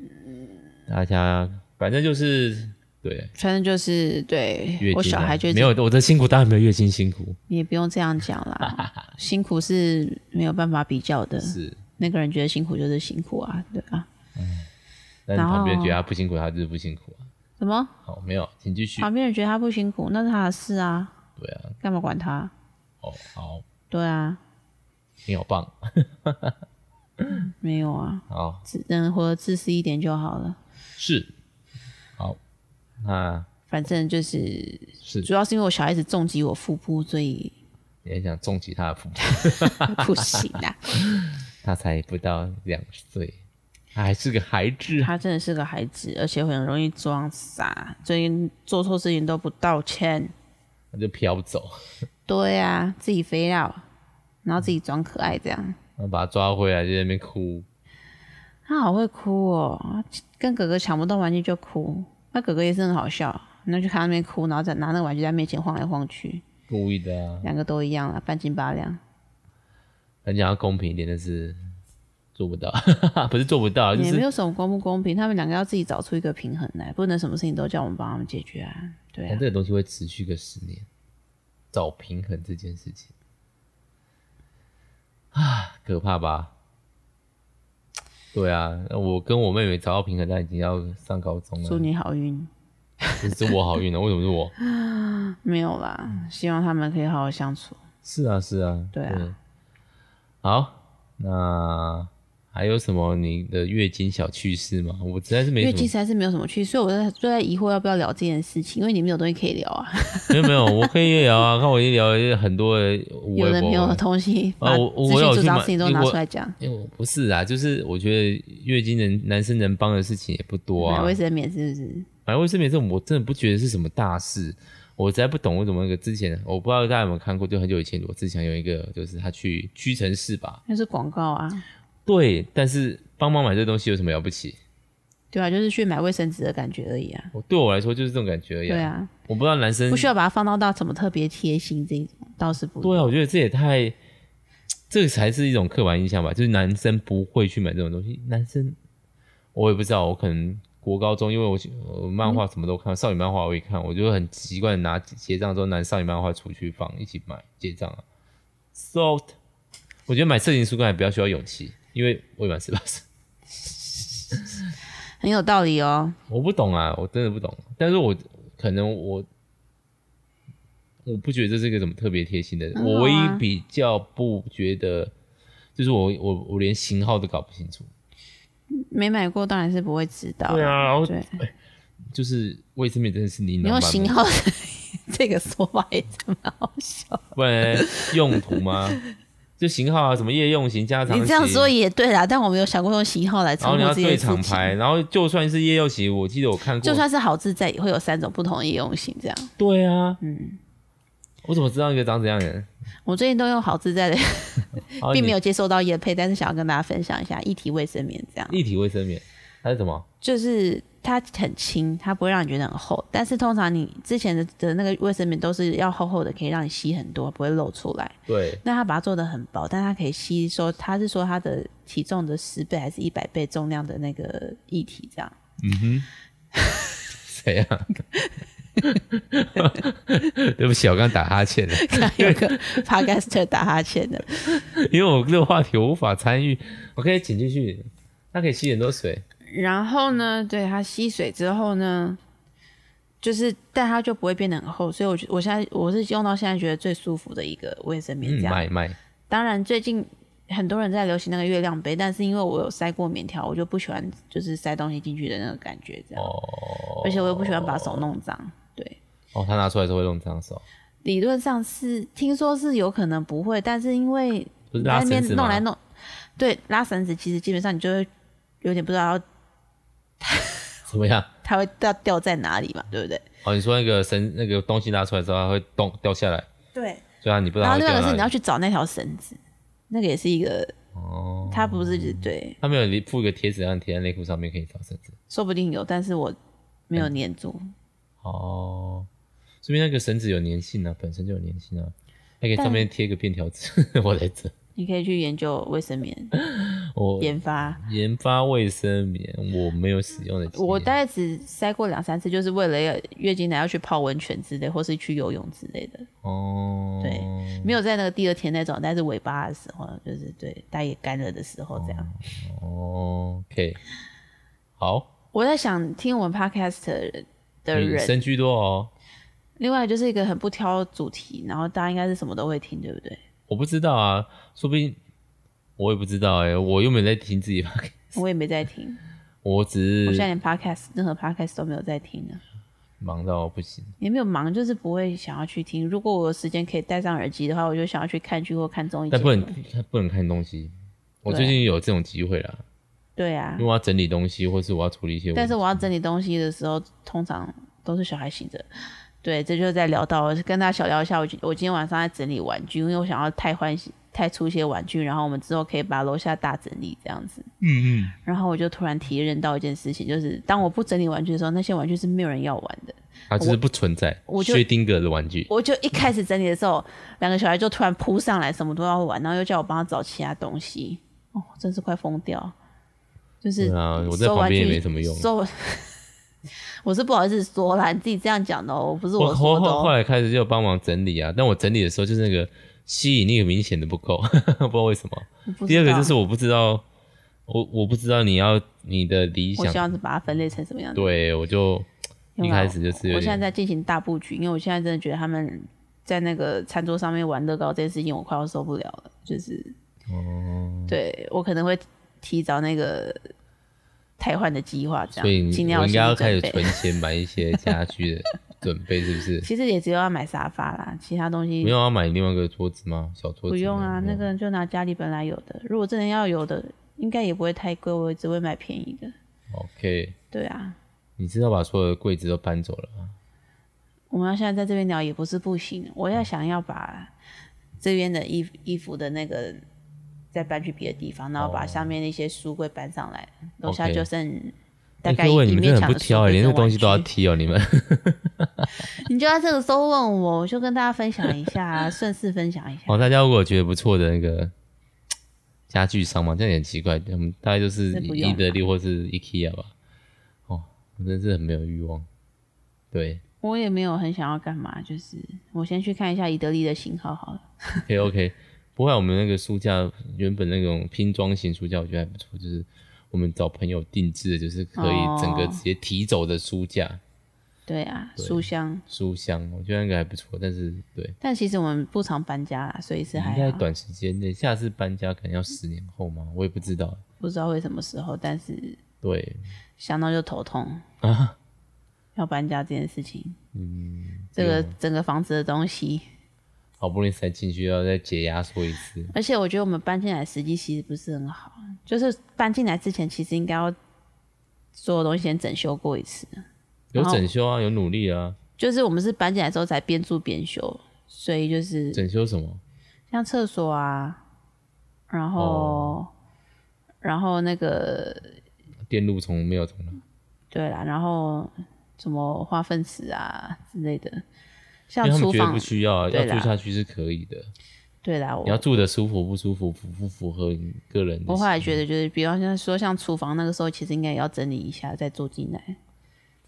Speaker 1: 大家反正就是对
Speaker 2: 反正就是对
Speaker 1: 月经啊、
Speaker 2: 我小孩就
Speaker 1: 没有我的辛苦，当然没有月经辛苦，
Speaker 2: 你也不用这样讲 啦，辛苦是没有办法比较的。
Speaker 1: 是。
Speaker 2: 那个人觉得辛苦就是辛苦啊，对啊。
Speaker 1: 但是
Speaker 2: 然后
Speaker 1: 旁边觉得他不辛苦，他就是不辛苦啊。
Speaker 2: 什么？
Speaker 1: 好，没有，请继续。
Speaker 2: 旁边人觉得他不辛苦，那是他的事啊，
Speaker 1: 对啊，
Speaker 2: 干嘛管他？
Speaker 1: 哦，好，
Speaker 2: 对啊，
Speaker 1: 你好棒，
Speaker 2: 没有啊，
Speaker 1: 好
Speaker 2: 只能活得自私一点就好了。
Speaker 1: 是，好，那
Speaker 2: 反正就是，
Speaker 1: 是
Speaker 2: 主要是因为我小孩子重击我腹部，所以
Speaker 1: 你很想重击他的腹部，
Speaker 2: 不行啊啦。
Speaker 1: 他才不到两岁，他还是个孩子。啊
Speaker 2: 他真的是个孩子，而且很容易装傻，最近做错事情都不道歉。
Speaker 1: 他就飘走。
Speaker 2: 对啊，自己肥料，然后自己装可爱这样。
Speaker 1: 然后把他抓回来就在那边哭，
Speaker 2: 他好会哭哦，跟哥哥抢不到玩具就哭。那哥哥也是很好笑，那就看他那边哭，然后再拿那个玩具在面前晃来晃去，
Speaker 1: 故意的啊。
Speaker 2: 两个都一样啊，半斤八两。
Speaker 1: 很想要公平一点，但是做不到， 不是做不到，就
Speaker 2: 也
Speaker 1: 是
Speaker 2: 没有什么公不公平，他们两个要自己找出一个平衡来，不能什么事情都叫我们帮他们解决啊。对
Speaker 1: 但
Speaker 2: 啊，
Speaker 1: 这个东西会持续个十年，找平衡这件事情啊，可怕吧？对啊，我跟我妹妹找到平衡，但已经要上高中
Speaker 2: 祝
Speaker 1: 了，
Speaker 2: 你好运。
Speaker 1: 是是我好运了、为什么是我？
Speaker 2: 没有
Speaker 1: 嗯
Speaker 2: 啦，希望他们可以好好相处。
Speaker 1: 是啊，是啊，
Speaker 2: 对啊
Speaker 1: 好，那还有什么你的月经小趣事吗？我实在是没
Speaker 2: 因为
Speaker 1: 什
Speaker 2: 其
Speaker 1: 么，
Speaker 2: 实还是没有什么趣，所以我在就在疑惑要不要聊这件事情，因为你没有东西可以聊啊。
Speaker 1: 没有没有，我可以聊啊，看我一聊很多的无
Speaker 2: 有
Speaker 1: 微
Speaker 2: 人
Speaker 1: 博啊
Speaker 2: 没有
Speaker 1: 文
Speaker 2: 东西，
Speaker 1: 啊
Speaker 2: 把
Speaker 1: 我我
Speaker 2: 资
Speaker 1: 我
Speaker 2: 讯
Speaker 1: 有
Speaker 2: 主
Speaker 1: 去
Speaker 2: 张
Speaker 1: 买
Speaker 2: 事情都拿出来讲。
Speaker 1: 因为我不是啊，就是我觉得月经人男生能帮的事情也不多
Speaker 2: 买
Speaker 1: 啊
Speaker 2: 卫。生棉是不是？
Speaker 1: 买卫生棉这种我真的不觉得是什么大事，我实在不懂为什么那个之前我不知道大家有没有看过，就很久以前罗志祥有一个就是他去屈臣氏吧，
Speaker 2: 那是广告啊，
Speaker 1: 对，但是帮忙买这东西有什么了不起？
Speaker 2: 对啊，就是去买卫生纸的感觉而已啊。
Speaker 1: 我对我来说就是这种感觉而已、
Speaker 2: 对，啊，
Speaker 1: 我不知道男生
Speaker 2: 不需要把它放到到什么特别贴心这种，倒是不。
Speaker 1: 对啊，我觉得这也太，这个才是一种刻板印象吧，就是男生不会去买这种东西。男生，我也不知道，我可能国高中，因为我我漫画什么都看，少女漫画我也看，我就很习惯拿结账之后拿少女漫画出去放一起买结账啊。So，我觉得买色情书刊还比较需要勇气，因为未满十八岁，
Speaker 2: 很有道理哦。
Speaker 1: 我不懂啊，我真的不懂。但是我可能我。我不觉得这是一个怎么特别贴心的人，
Speaker 2: 很好啊
Speaker 1: 我唯一比较不觉得，就是我我我连型号都搞不清楚，
Speaker 2: 没买过当然是不会知道。
Speaker 1: 对啊然后
Speaker 2: 对，
Speaker 1: 就是卫生棉真的是你
Speaker 2: 你
Speaker 1: 能
Speaker 2: 用型，号 这个说法也真蛮好笑。
Speaker 1: 不然嘞用途吗？ 就型号啊，什么夜用型、加长型，
Speaker 2: 你这样说也对啦，但我没有想过用型号来
Speaker 1: 然
Speaker 2: 称
Speaker 1: 后
Speaker 2: 呼
Speaker 1: 你要
Speaker 2: 这件
Speaker 1: 对
Speaker 2: 事
Speaker 1: 厂
Speaker 2: 情。嗯
Speaker 1: 牌，然后就算是夜用型，我记得我看过，
Speaker 2: 就算是好字在，也会有三种不同的夜用型。这样，
Speaker 1: 对啊，嗯，我怎么知道一个长怎样的人？啊
Speaker 2: 我最近都用好字在的，
Speaker 1: 然后
Speaker 2: 并
Speaker 1: 哦
Speaker 2: 没
Speaker 1: 你
Speaker 2: 有接收到叶配，但是想要跟大家分享一下一体卫生棉这样。
Speaker 1: 立体卫生棉，它是什么？
Speaker 2: 就是它很轻，它不会让你觉得很厚。但是通常你之前的的那个卫生棉都是要厚厚的，可以让你吸很多，不会漏出来。
Speaker 1: 对，
Speaker 2: 那它把它做的很薄，但它可以吸收，它是说它的体重的十倍还是一百倍重量的那个液体这样。
Speaker 1: 谁啊？ 对不起，我刚打哈欠了，
Speaker 2: 刚 有个 podcaster 打哈欠的，
Speaker 1: 因为我这个话题我无法参与。我可以请进去，它可以吸很多水。
Speaker 2: 然后呢，对它吸水之后呢，就是但它就不会变得很厚，所以我觉我现在我是用到现在觉得最舒服的一个卫生棉
Speaker 1: 嗯
Speaker 2: 这，样。
Speaker 1: 卖卖，
Speaker 2: 当然，最近很多人在流行那个月亮杯，但是因为我有塞过棉条，我就不喜欢就是塞东西进去的那个感觉，这样。而且我也不喜欢把手弄脏。对，
Speaker 1: 哦，他拿出来的时候会弄脏手，
Speaker 2: 理论上是听说是有可能不会，但是因为
Speaker 1: 不是
Speaker 2: 在
Speaker 1: 拉
Speaker 2: 那
Speaker 1: 绳
Speaker 2: 边
Speaker 1: 子吗
Speaker 2: 弄来弄，对，拉绳子其实基本上你就会有点不知道
Speaker 1: 怎么样？
Speaker 2: 它会掉掉在哪里嘛，对不对？
Speaker 1: 哦，你说那个绳那个东西拿出来之后，它会动掉下来，
Speaker 2: 对。
Speaker 1: 虽然你不知道它
Speaker 2: 然后
Speaker 1: 会
Speaker 2: 另
Speaker 1: 掉哪
Speaker 2: 外一个
Speaker 1: 里。
Speaker 2: 是你要去找那条绳子，那个也是一个，
Speaker 1: 哦，
Speaker 2: 它不是对，
Speaker 1: 他没有附一个贴纸让你贴在内裤上面可以找绳子。
Speaker 2: 说不定有，但是我没有粘住。
Speaker 1: 哦，说明那个绳子有粘性啊，本身就有粘性啊，还可以
Speaker 2: 但
Speaker 1: 上面贴个便条纸。 我在这，
Speaker 2: 你可以去研究卫生棉
Speaker 1: 嗯我
Speaker 2: 研发。
Speaker 1: 研发卫生棉，我没有使用的经验。
Speaker 2: 我大概只塞过两三次，就是为了要月经来要去泡温泉之类，或是去游泳之类的，
Speaker 1: 哦，
Speaker 2: 对没有在那个第二天那种，但是尾巴的时候，就是对大也干了的时候这样。
Speaker 1: 哦，OK，好，
Speaker 2: 我在想，听我们 podcast 的人的
Speaker 1: 女
Speaker 2: 人，
Speaker 1: 生居多哦。
Speaker 2: 另外就是一个很不挑主题，然后大家应该是什么都会听，对不对？
Speaker 1: 我不知道啊，说不定我也不知道哎、我又没有在听自己 发，
Speaker 2: 我也没在听，
Speaker 1: 我只
Speaker 2: 我现
Speaker 1: 是
Speaker 2: 在连 podcast 任何 podcast 都没有在听了，
Speaker 1: 忙到不行。
Speaker 2: 也没有忙，就是不会想要去听。如果我有时间可以戴上耳机的话，我就想要去看剧或看综艺节
Speaker 1: 但
Speaker 2: 目。
Speaker 1: 不能不能看东西。我
Speaker 2: 对啊
Speaker 1: 最近有这种机会啦，
Speaker 2: 对啊
Speaker 1: 因为，我要整理东西，或是我要处理一些问题。
Speaker 2: 但是我要整理东西的时候，通常都是小孩醒着。对，这就是在聊到跟大家小聊一下，我今我今天晚上在整理玩具，因为我想要太欢喜、太粗些玩具，然后我们之后可以把楼下大整理这样子。
Speaker 1: 嗯嗯，
Speaker 2: 然后我就突然体认到一件事情，就是当我不整理玩具的时候，那些玩具是没有人要玩的。
Speaker 1: 它就是不存在，
Speaker 2: 我就
Speaker 1: 薛定谔的玩具。
Speaker 2: 我就一开始整理的时候，两个小孩就突然扑上来，什么都要玩，然后又叫我帮他找其他东西。哦，真是快疯掉！就是
Speaker 1: 对啊，我在
Speaker 2: 收
Speaker 1: 旁
Speaker 2: 玩具
Speaker 1: 边也没什么用。
Speaker 2: 收， 我是不好意思说啦，你自己这样讲的哦，不是
Speaker 1: 我
Speaker 2: 说
Speaker 1: 后
Speaker 2: 的
Speaker 1: 后后
Speaker 2: 哦。
Speaker 1: 来开始就帮忙整理啊，但我整理的时候就是那个吸引力明显的不够， 不知道为什么。
Speaker 2: 我不知道
Speaker 1: 第二个就是我不知道，我我不知道你要你的理
Speaker 2: 我希
Speaker 1: 想，
Speaker 2: 望是把它分类成什么样子。
Speaker 1: 对我就
Speaker 2: 有
Speaker 1: 一
Speaker 2: 啦
Speaker 1: 开始就是有
Speaker 2: 我现在
Speaker 1: 点
Speaker 2: 在进行大布局，因为我现在真的觉得他们在那个餐桌上面玩乐高这件事情，我快要受不了了。就是，
Speaker 1: 哦
Speaker 2: 对我可能会提早那个汰换的计划，这
Speaker 1: 所以
Speaker 2: 样
Speaker 1: 你
Speaker 2: 尽量
Speaker 1: 我
Speaker 2: 有
Speaker 1: 应该要
Speaker 2: 心
Speaker 1: 开
Speaker 2: 理
Speaker 1: 始
Speaker 2: 准备
Speaker 1: 存钱买一些 家具的准备，是不是？
Speaker 2: 其实也只有要买沙发啦，其他东西
Speaker 1: 不用要买另外一个桌子吗？小桌子
Speaker 2: 不用啊，
Speaker 1: 吗
Speaker 2: 那个就拿家里本来有的。如果真的要有的，应该也不会太贵，我只会买便宜的。
Speaker 1: OK，
Speaker 2: 对啊，
Speaker 1: 你知道把所有的柜子都搬走了吗？
Speaker 2: 我们要现在在这边聊也不是不行，我要想要把这边的衣衣服的那个再搬去别的地方，然后把上面那些书柜搬上来，楼下
Speaker 1: 哦 OK
Speaker 2: 就剩大
Speaker 1: 哎，
Speaker 2: 概
Speaker 1: 各
Speaker 2: 一
Speaker 1: 位，你们真
Speaker 2: 面
Speaker 1: 的
Speaker 2: 墙
Speaker 1: 很不
Speaker 2: 的书
Speaker 1: 挑欸，
Speaker 2: 柜
Speaker 1: 连
Speaker 2: 跟
Speaker 1: 这东
Speaker 2: 玩
Speaker 1: 西都 要
Speaker 2: 具
Speaker 1: 踢哦，你们。
Speaker 2: 你就在这个时候问我，我就跟大家分享一下，啊顺势分享一下。
Speaker 1: 哦，大家如果有觉得不错的那个家具商嘛，这样也很奇怪。我们大概就是
Speaker 2: 这不用啊
Speaker 1: 一得利或是 IKEA 吧。哦，我真是很没有欲望。对
Speaker 2: 我也没有很想要干嘛，就是我先去看一下伊德利的型号好了。
Speaker 1: ，OK OK。不 过我们那个书架原本那种拼装型书架，我觉得还不错，就是我们找朋友定制的，就是可以整个
Speaker 2: 哦
Speaker 1: 直接提走的书架、
Speaker 2: 对啊，书香。
Speaker 1: 书箱，我觉得那个还不错。但是对，
Speaker 2: 但其实我们不常搬家啦，所以是
Speaker 1: 应
Speaker 2: 还
Speaker 1: 该
Speaker 2: 好。
Speaker 1: 短时间内，下次搬家可能要十年后吗？我也不知道。
Speaker 2: 不知道会什么时候，但是
Speaker 1: 对，
Speaker 2: 想到就头痛
Speaker 1: 啊。
Speaker 2: 要搬家这件事情，嗯，这个整个房子的东西，
Speaker 1: 好不容易塞进去，要再解压缩一次。
Speaker 2: 而且我觉得我们搬进来时机其实不是很好，就是搬进来之前其实应该要所有东西先整修过一次，
Speaker 1: 有
Speaker 2: 然后
Speaker 1: 整修啊，有努力啊。
Speaker 2: 就是我们是搬进来之后才边住边修，所以就是
Speaker 1: 整修什么？
Speaker 2: 像厕所啊，然后、
Speaker 1: 哦
Speaker 2: 然后那个
Speaker 1: 电路从没有从来。
Speaker 2: 对啦，然后什么化粪池啊之类的，
Speaker 1: 因
Speaker 2: 像
Speaker 1: 为他们
Speaker 2: 厨
Speaker 1: 觉得
Speaker 2: 房
Speaker 1: 不，需要啊，要
Speaker 2: 对啦
Speaker 1: 住下去是可以的。
Speaker 2: 对啦，我
Speaker 1: 你要住的舒服不舒服，符不符合你个人的
Speaker 2: 我
Speaker 1: 喜
Speaker 2: 后来觉得就是，比方像说像厨房那个时候，其实应该也要整理一下再做进来。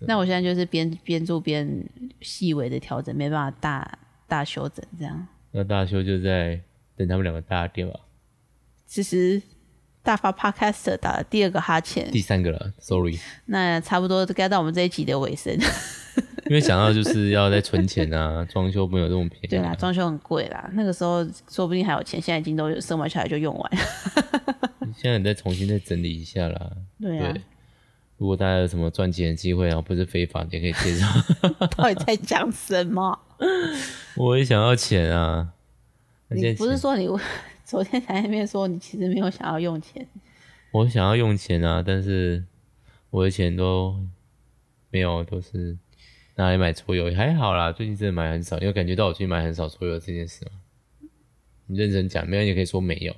Speaker 2: 那我现在就是边边做边细微的调整，没办法大大修整这样。
Speaker 1: 那大修就在等他们两个大家电吧。
Speaker 2: 其实大发 Podcast 打了第二个哈欠，
Speaker 1: 第三个了，sorry，
Speaker 2: 那差不多该到我们这一集的尾声。
Speaker 1: 因为想到就是要在存钱 啊，装修没有这么便宜、啊
Speaker 2: 对啦，，装修很贵啦，那个时候说不定还有钱，现在已经都生完小孩就用完。
Speaker 1: 现在你再重新再整理一下啦。
Speaker 2: 对啊，
Speaker 1: 对如果大家有什么赚钱的机会啊，不是非法的也可以介绍。
Speaker 2: 到底在讲什么？
Speaker 1: 我也想要钱啊，那现
Speaker 2: 你
Speaker 1: 在
Speaker 2: 不
Speaker 1: 钱
Speaker 2: 是说你 昨天才在那边说你其实没有想要用钱？
Speaker 1: 我想要用钱啊，但是我的钱都没有，都是拿来买桌游，还好啦。最近真的买很少，你有感觉到我最近买很少桌游这件事吗？你认真讲，没有你也可以说没有，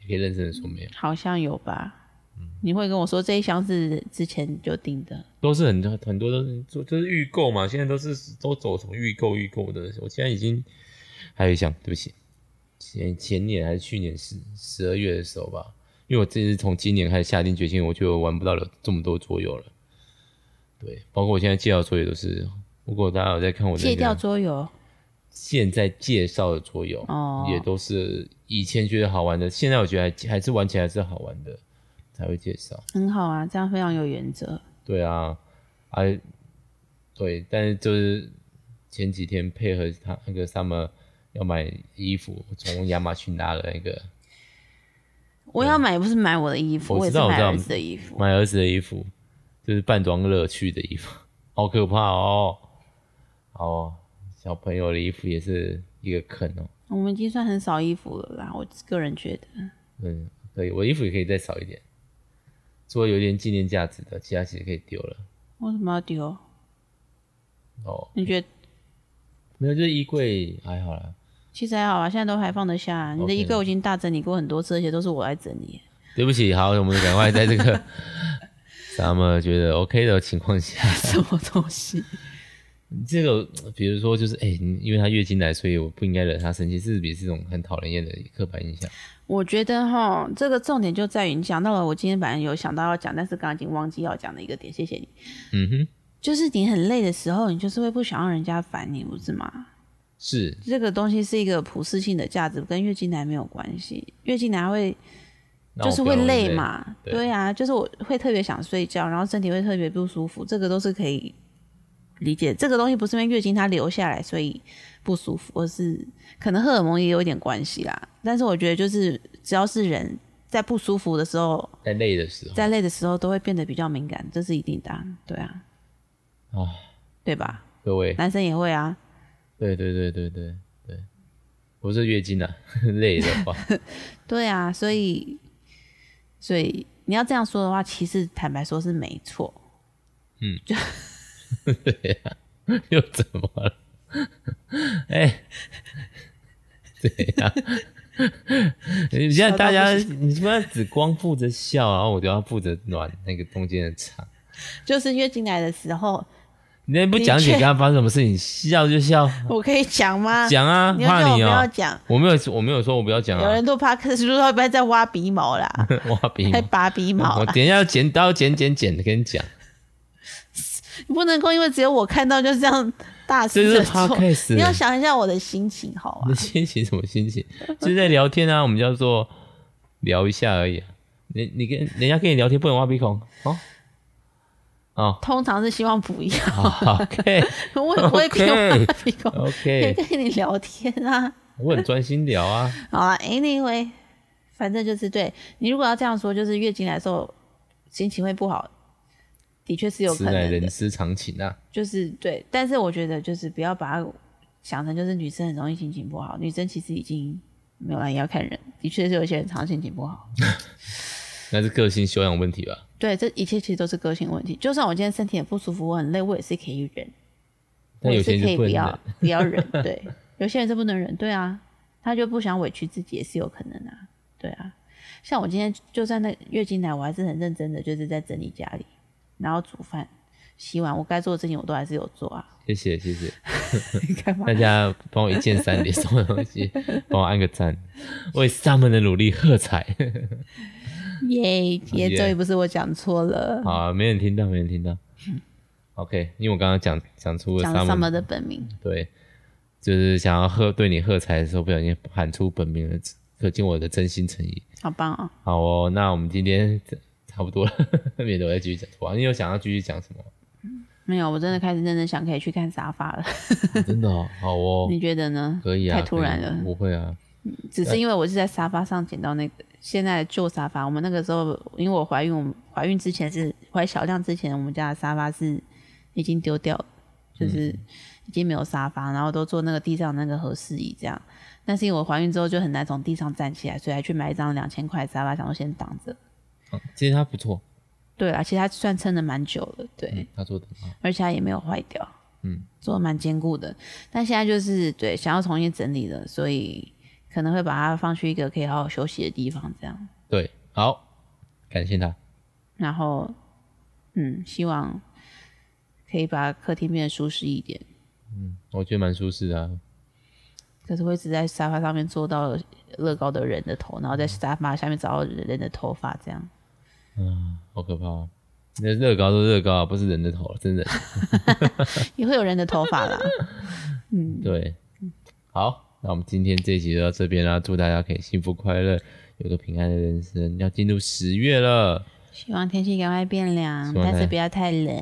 Speaker 1: 也可以认真的说没有，
Speaker 2: 好像有吧？
Speaker 1: 嗯
Speaker 2: 你会跟我说这一箱是之前就订的，
Speaker 1: 都是很多很多都是做就是预购嘛，现在都是都走什么预购预购的。我现在已经还有一项，对不起，前前年还是去年十十二月的时候吧，因为我这是从今年开始下定决心，我觉得我玩不到了这么多桌游了。对，包括我现在介绍的桌游都是，如果大家有在看我的
Speaker 2: 戒
Speaker 1: 那
Speaker 2: 掉
Speaker 1: 个
Speaker 2: 桌游
Speaker 1: 现在介绍的桌游，
Speaker 2: 哦
Speaker 1: 也都是以前觉得好玩的，现在我觉得还还是玩起来是好玩的才会介绍。
Speaker 2: 很好啊，这样非常有原则。
Speaker 1: 对啊，啊，对，但是就是前几天配合他那个 Summer 要买衣服，从亚马逊拿了那个
Speaker 2: 我要买不是买我的衣服，
Speaker 1: 我
Speaker 2: 我也
Speaker 1: 知
Speaker 2: 是
Speaker 1: 道
Speaker 2: 买
Speaker 1: 我知道
Speaker 2: 儿子的衣服。
Speaker 1: 买儿子的衣服，就是扮装乐趣的衣服，好可怕哦！哦，小朋友的衣服也是一个坑哦。
Speaker 2: 我们已经算很少衣服了啦，我个人觉得。
Speaker 1: 嗯，可以，我衣服也可以再少一点，除了有点纪念价值的，其他其实可以丢了。
Speaker 2: 为什么要丢？
Speaker 1: 哦，
Speaker 2: 你觉得
Speaker 1: 没有，就是衣柜还好啦。
Speaker 2: 其实还好啊，现在都还放得下、啊你的衣柜我已经大整理过很多次，而且都是我来整理。
Speaker 1: 对不起，好，我们赶快在这个 summer 觉得 OK 的情况下，
Speaker 2: 什么东西？
Speaker 1: 这个比如说就是哎、你因为她月经来，所以我不应该惹她生气，这是也是一种很讨人厌的刻板印象。
Speaker 2: 我觉得哈，这个重点就在于你讲到了，我今天本来有想到要讲，但是刚刚已经忘记要讲的一个点，谢谢你。
Speaker 1: 嗯哼，
Speaker 2: 就是你很累的时候，你就是会不想让人家烦你，不是吗？
Speaker 1: 是
Speaker 2: 这个东西是一个普世性的价值，跟月经来没有关系。月经来会
Speaker 1: 那
Speaker 2: 就
Speaker 1: 我
Speaker 2: 是
Speaker 1: 哦不
Speaker 2: 会
Speaker 1: 要
Speaker 2: 累。嘛，
Speaker 1: 对
Speaker 2: 对啊，就是我会特别想睡觉，然后身体会特别不舒服，这个都是可以理解。这个东西不是因为月经它留下来所以不舒服，而是可能荷尔蒙也有一点关系啦。但是我觉得就是只要是人在不舒服的时候，
Speaker 1: 在累的时候，
Speaker 2: 在累的时候都会变得比较敏感，这是一定的啊，对啊，
Speaker 1: 啊，
Speaker 2: 对吧？
Speaker 1: 各位，
Speaker 2: 男生也会啊，
Speaker 1: 对对对对对对，不是月经啊， 累的话，
Speaker 2: 对啊，所以所以你要这样说的话，其实坦白说是没错，
Speaker 1: 对呀、 又怎么了？哎、 对呀、你 现在大家，你不要只光负责笑，然后我就要负责暖那个中间的场。
Speaker 2: 就是月经来的时候，
Speaker 1: 你那不讲解
Speaker 2: 的确
Speaker 1: 刚刚发生什么事情，笑就笑，
Speaker 2: 我可以讲吗？
Speaker 1: 讲啊，
Speaker 2: 你要叫
Speaker 1: 怕
Speaker 2: 我
Speaker 1: 你
Speaker 2: 不
Speaker 1: 哦、
Speaker 2: 要讲。
Speaker 1: 我没有，我没有说我不要讲
Speaker 2: 有
Speaker 1: 啊，
Speaker 2: 人做 podcast 说要不要再挖鼻毛啦，
Speaker 1: 挖嗯鼻
Speaker 2: 还
Speaker 1: 毛。
Speaker 2: 拔鼻毛
Speaker 1: 我
Speaker 2: 啦，
Speaker 1: 等一下要剪刀剪剪剪的跟你讲，
Speaker 2: 你 不能够因为只有我看到就这样大
Speaker 1: 这
Speaker 2: 肆
Speaker 1: 是
Speaker 2: 的做。
Speaker 1: podcast。
Speaker 2: 你要想一下我的心情好
Speaker 1: 你
Speaker 2: 啊
Speaker 1: 的，心情什么心情？就是在聊天啊，我们叫做聊一下而已、啊。你你跟人家跟你聊天不能挖鼻孔哦。哦
Speaker 2: 通常是希望不要，
Speaker 1: 好，OK
Speaker 2: 我也不会偏
Speaker 1: OK
Speaker 2: 挖鼻孔，可以
Speaker 1: OK，
Speaker 2: 跟你聊天啊。
Speaker 1: 我很专心聊啊。
Speaker 2: 好啊，anyway，反正就是对你如果要这样说，就是月经来的时候心情会不好，的确是有
Speaker 1: 此
Speaker 2: 可
Speaker 1: 乃
Speaker 2: 能的
Speaker 1: 人，之常情啊。
Speaker 2: 就是对。但是我觉得就是不要把它想成就是女生很容易心情不好，女生其实已经没有啦，也要看人，的确是有一些人常心情不好。
Speaker 1: 那是个性修养问题吧？
Speaker 2: 对，这一切其实都是个性问题。就算我今天身体很不舒服，我很累，我也是可以忍，我
Speaker 1: 但有
Speaker 2: 也
Speaker 1: 些
Speaker 2: 是
Speaker 1: 人
Speaker 2: 可
Speaker 1: 就
Speaker 2: 以
Speaker 1: 不
Speaker 2: 不
Speaker 1: 能
Speaker 2: 要
Speaker 1: 忍
Speaker 2: 不要忍。对，啊有些人是不能忍，对啊，他就不想委屈自己也是有可能啊，对啊。像我今天就算那月经来，我还是很认真的，就是在整理家里，然后煮饭、洗碗，我该做的事情我都还是有做啊。
Speaker 1: 谢谢谢谢
Speaker 2: 你干嘛
Speaker 1: 大？家，帮我一键三连，什么东西， 帮我按个赞，为他们的努力喝彩。
Speaker 2: 耶，耶，
Speaker 1: 耶
Speaker 2: 终于不是我讲错了，
Speaker 1: 好、啊，没人听到，没人听到。OK，因为我刚刚讲讲出了
Speaker 2: 讲
Speaker 1: 他们
Speaker 2: summer 的本名。
Speaker 1: 对，就是想要喝对你喝彩的时候，不小心喊出本名了，可见我的真心诚意。
Speaker 2: 好棒哦！
Speaker 1: 好哦，那我们今天差不多了，免得我再继续讲错话。你有想要继续讲什 么？
Speaker 2: 没有，我真的开始认真想可以去看沙发了。
Speaker 1: 真的哦，好哦，
Speaker 2: 你觉得呢？
Speaker 1: 可以啊，
Speaker 2: 太突然
Speaker 1: 可以
Speaker 2: 了。
Speaker 1: 不会啊，
Speaker 2: 只是因为我是在沙发上捡到那个现在的旧沙发。我们那个时候，因为我怀孕，我们怀孕之前是怀小亮之前，我们家的沙发是已经丢掉了，就是已经没有沙发，然后都坐那个地上那个合适椅这样。但是因为我怀孕之后就很难从地上站起来，所以还去买一张两千块的沙发，想说先挡着。
Speaker 1: 嗯其实他不错，
Speaker 2: 对啊，其实它算撑了蛮久了，对。
Speaker 1: 嗯他做的很好。
Speaker 2: 而且它也没有坏掉，
Speaker 1: 嗯，
Speaker 2: 做的蛮坚固的。但现在就是对想要重新整理了，所以可能会把它放去一个可以好好休息的地方，这样。
Speaker 1: 对，好，感谢他。
Speaker 2: 然后，嗯，希望可以把客厅变得舒适一点。
Speaker 1: 我觉得蛮舒适的、啊，
Speaker 2: 可是我一直在沙发上面坐到乐高的人的头，然后在沙发下面找到人的头发，这样。
Speaker 1: 好可怕、哦。那乐高都乐高啊，不是人的头，真的。
Speaker 2: 也会有人的头 发啦。
Speaker 1: 对，好，那我们今天这一集就到这边啦，祝大家可以幸福快乐，有个平安的人生。要进入十月了，
Speaker 2: 希望天气赶快变凉，
Speaker 1: 希望它
Speaker 2: 但是不要太冷。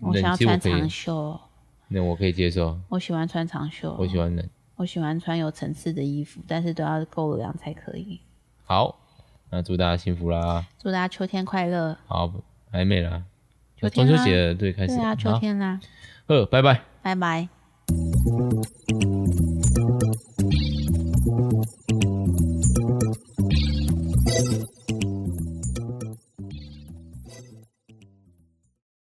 Speaker 2: 我
Speaker 1: 冷
Speaker 2: 想要
Speaker 1: 气我
Speaker 2: 穿
Speaker 1: 可以
Speaker 2: 长袖，
Speaker 1: 那我可以接受，
Speaker 2: 我喜欢穿长袖。
Speaker 1: 我喜欢冷。
Speaker 2: 我喜欢穿有层次的衣服，但是都要够凉才可以。
Speaker 1: 好，那祝大家幸福啦。
Speaker 2: 祝大家秋天快乐！
Speaker 1: 好，还没啦，
Speaker 2: 秋天
Speaker 1: 中
Speaker 2: 啦啊
Speaker 1: 秋节了，对，开始
Speaker 2: 对
Speaker 1: 了。
Speaker 2: 啊，秋天啦，
Speaker 1: 好，呃，拜拜。
Speaker 2: 拜拜。